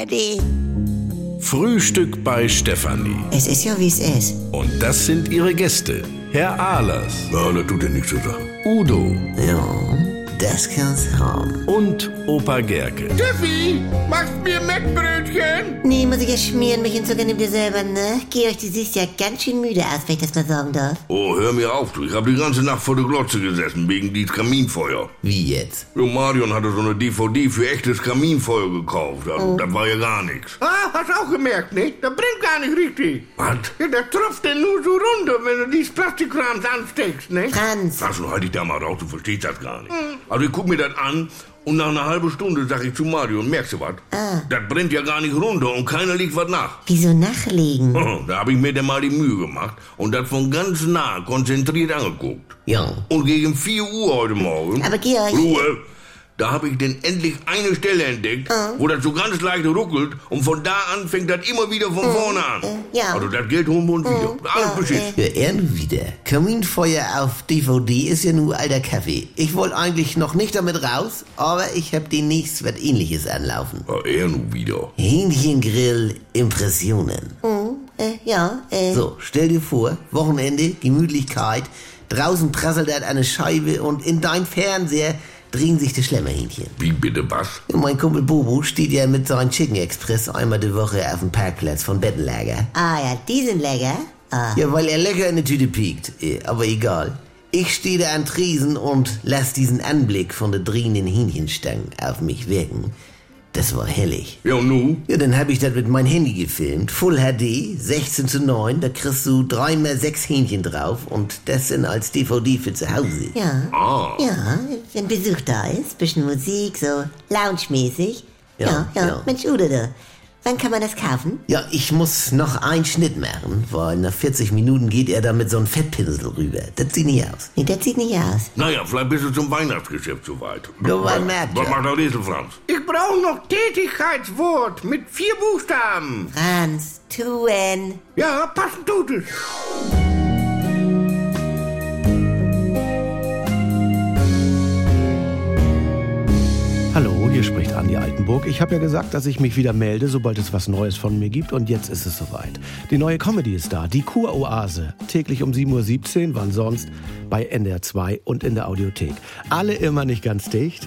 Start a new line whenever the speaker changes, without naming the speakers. Eddie.
Frühstück bei Stefanie.
Es ist ja, wie es ist.
Und das sind ihre Gäste. Herr Ahlers,
Ja, das tut dir nichts zu sagen.
Udo
Ja, das kann's haben.
und Opa Gerke.
Steffi, machst mir Mettbrötchen?
Nee, muss ich ja schmieren, mich und Zucker nimmt ihr selber, ne? Georg, du siehst ja ganz schön müde aus, wenn ich das mal sagen darf.
Oh, hör mir auf, du. Ich habe die ganze Nacht vor der Glotze gesessen, wegen dieses Kaminfeuer.
Wie jetzt?
Jo, Marion hatte so eine DVD für echtes Kaminfeuer gekauft. Das, das war ja gar nichts.
Oh. Ah, hast auch gemerkt, ne? Das brennt gar nicht richtig.
Was?
Ja, das tropft denn nur so runter, wenn du dieses Plastikrams ansteckst, Hm. ne?
Franz,
Sag schon, halt dich da mal raus, du verstehst das gar nicht. Also ich guck mir das an und nach einer halben Stunde sag ich zu Marion, merkst du was?
Ah.
Das brennt ja gar nicht runter und keiner legt was nach.
wieso nachlegen?
Hm, Da habe ich mir dann mal die Mühe gemacht und das von ganz nah konzentriert angeguckt.
Ja.
Und gegen 4 Uhr heute Morgen.
Aber Georg-
Ruhe! Da habe ich denn endlich eine Stelle entdeckt,
Ah.
wo das so ganz leicht ruckelt und von da an fängt das immer wieder von vorne an.
Hm, äh, ja. Hm,
Also das Geld holen wir uns wieder. Alles
ja,
beschissen.
Ja, ehrlich wieder. Kaminfeuer auf DVD ist ja nur alter Kaffee. Ich wollte eigentlich noch nicht damit raus, aber ich hab demnächst was ähnliches
äh.
anlaufen.
Ja, er nun wieder.
Hähnchengrill Impressionen.
Äh, ja, äh,
So, stell dir vor, Wochenende, Gemütlichkeit, draußen prasselt er eine Scheibe und in dein Fernseher drehen sich die Schlemmerhähnchen.
Wie bitte was?
Mein Kumpel Bobo steht ja mit seinem Chicken Express einmal die Woche auf dem Parkplatz von Bettenlager.
ah ja, die sind lecker. Ah,
Ja, weil er lecker in die Tüte piekt. Äh, Aber egal. Ich stehe da an Tresen und lass diesen Anblick von den drehenden Hähnchenstangen auf mich wirken. Das war herrlich.
Ja, und nun?
Ja, dann habe ich das mit meinem Handy gefilmt. Full HD, 16 zu 9, da kriegst du dreimal sechs Hähnchen drauf und das dann als DVD für zu Hause.
ja.
Ah,
Ja, wenn Besuch da ist, bisschen Musik, so lounge-mäßig. Ja,
Ja,
ja,
ja.
Mensch, Udo, du. Wann kann man das kaufen?
Ja, ich muss noch einen Schnitt machen, weil nach 40 Minuten geht er da mit so einem Fettpinsel rüber. Das sieht nicht aus.
Nee, das sieht nicht aus.
naja, vielleicht bist du zum Weihnachtsgeschäft soweit.
Ja,
was,
man merkt
was
ja.
macht der Riesel, Franz?
Ich brauche noch Tätigkeitswort mit vier Buchstaben.
Franz, Tuen.
Ja, passend tut es.
Hallo, hier spricht Andi Altenburg. Ich habe ja gesagt, dass ich mich wieder melde, sobald es was Neues von mir gibt. Und jetzt ist es soweit. Die neue Comedy ist da, die Kuroase. Täglich um 7.17 Uhr, wann sonst? Bei NDR 2 und in der Audiothek. Alle immer nicht ganz dicht.